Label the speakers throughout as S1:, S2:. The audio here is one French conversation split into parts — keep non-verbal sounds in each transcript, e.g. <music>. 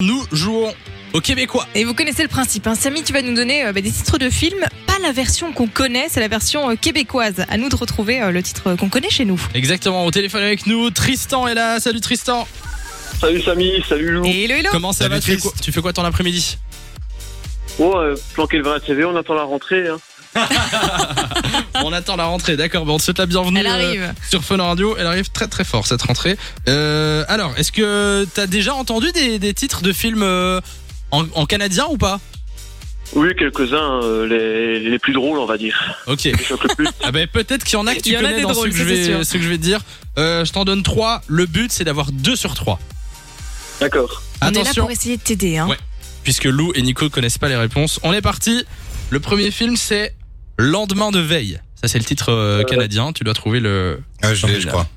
S1: Nous jouons au Québécois.
S2: Et vous connaissez le principe. Hein. Samy, tu vas nous donner euh, bah, des titres de films, pas la version qu'on connaît, c'est la version euh, québécoise. À nous de retrouver euh, le titre qu'on connaît chez nous.
S1: Exactement, au téléphone avec nous, Tristan est là. Salut Tristan.
S3: Salut Samy, salut Lou.
S2: Et hello, hello.
S1: Comment ça
S4: Salut,
S1: va tu fais,
S4: Trist.
S1: quoi, tu fais quoi ton après-midi
S3: Bon, euh, planquer devant la TV, on attend la rentrée. Hein.
S1: <laughs> On attend la rentrée, d'accord. Bon, on te souhaite la bienvenue
S2: Elle
S1: euh,
S2: arrive.
S1: sur Fun Radio. Elle arrive très très fort cette rentrée. Euh, alors, est-ce que t'as déjà entendu des, des titres de films euh, en, en canadien ou pas
S3: Oui, quelques-uns, euh, les, les plus drôles, on va dire.
S1: <laughs> Ok.
S3: Les chocs le plus.
S1: Ah ben peut-être qu'il y en a que tu
S2: Il y en a
S1: connais
S2: des
S1: dans
S2: drôles,
S1: ceux, que je
S2: ça, c'est
S1: vais,
S2: sûr.
S1: ceux que je vais te dire. Euh, je t'en donne trois. Le but c'est d'avoir deux sur trois.
S3: D'accord.
S2: On est là
S1: Attention.
S2: pour essayer de t'aider. Hein.
S1: Ouais. puisque Lou et Nico ne connaissent pas les réponses. On est parti. Le premier film, c'est Lendemain de veille. Ça, c'est le titre euh,
S3: Euh.
S1: canadien. Tu dois trouver le.
S4: Ah, je l'ai, je crois.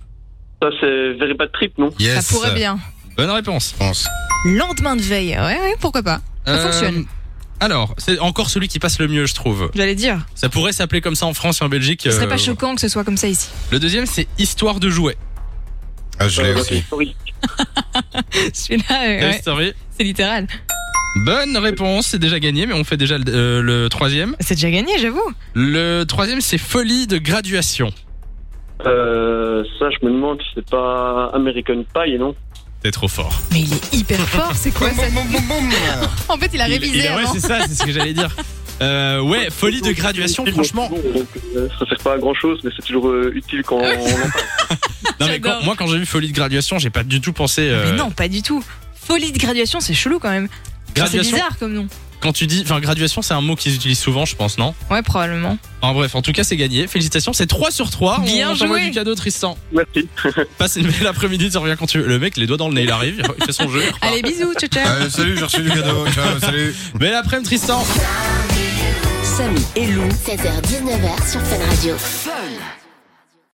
S3: Ça, c'est Very Bad Trip, non
S4: Yes. euh,
S2: ça pourrait bien.
S1: Bonne réponse.
S4: je pense.
S2: Lendemain de veille, ouais, ouais, pourquoi pas. Ça fonctionne.
S1: Euh, Alors, c'est encore celui qui passe le mieux, je trouve.
S2: J'allais dire.
S1: Ça pourrait s'appeler comme ça en France et en Belgique.
S2: Ce serait
S1: euh,
S2: pas choquant que ce soit comme ça ici. <laughs>
S1: Le deuxième, c'est Histoire de jouets.
S4: Ah, je l'ai
S3: Euh,
S4: aussi.
S3: sorry.
S2: Celui-là, euh,
S1: Toy
S2: ouais,
S1: Story.
S2: c'est littéral.
S1: Bonne réponse, c'est déjà gagné, mais on fait déjà le, euh, le troisième.
S2: C'est déjà gagné, j'avoue.
S1: Le troisième, c'est Folie de graduation.
S3: Euh, ça, je me demande si c'est pas American Pie, non
S1: T'es trop fort.
S2: Mais il
S1: <laughs>
S2: est hyper fort, c'est quoi ça En fait, il a révisé
S1: Il- il- ouais,
S2: avant.
S1: c'est ça, c'est ce que j'allais dire. Euh, ouais, Folie de <laughs> graduation,
S3: Bon,
S1: franchement,
S3: bon, donc, euh, ça sert pas à grand chose, mais c'est toujours euh, utile quand on en
S1: <laughs>
S3: parle.
S1: Non mais
S2: J'adore.
S1: quand- moi quand j'ai vu folie de graduation, j'ai pas du tout pensé euh,
S2: Mais non, pas du tout. Folie de graduation, c'est chelou quand même. C'est
S1: graduation.
S2: bizarre comme nom.
S1: Quand tu dis enfin graduation, c'est un mot qu'ils utilisent souvent, je pense, non
S2: Ouais, probablement.
S1: En bref, en tout cas, c'est gagné. Félicitations, c'est 3 sur 3.
S2: Bien
S1: on t'envoie
S2: joué.
S1: du cadeau Tristan.
S3: Merci.
S1: Passe une belle après-midi, tu reviens quand tu veux. Le mec, les doigts dans le nez, il arrive, il fait son jeu. il repart.
S2: <laughs> Allez, bisous, ciao, ciao.
S4: Euh, salut, j'ai reçu du cadeau. Ciao, salut.
S1: Belle après-midi Tristan.
S5: Samy et Lou,
S6: 16h-19h sur Fun Radio.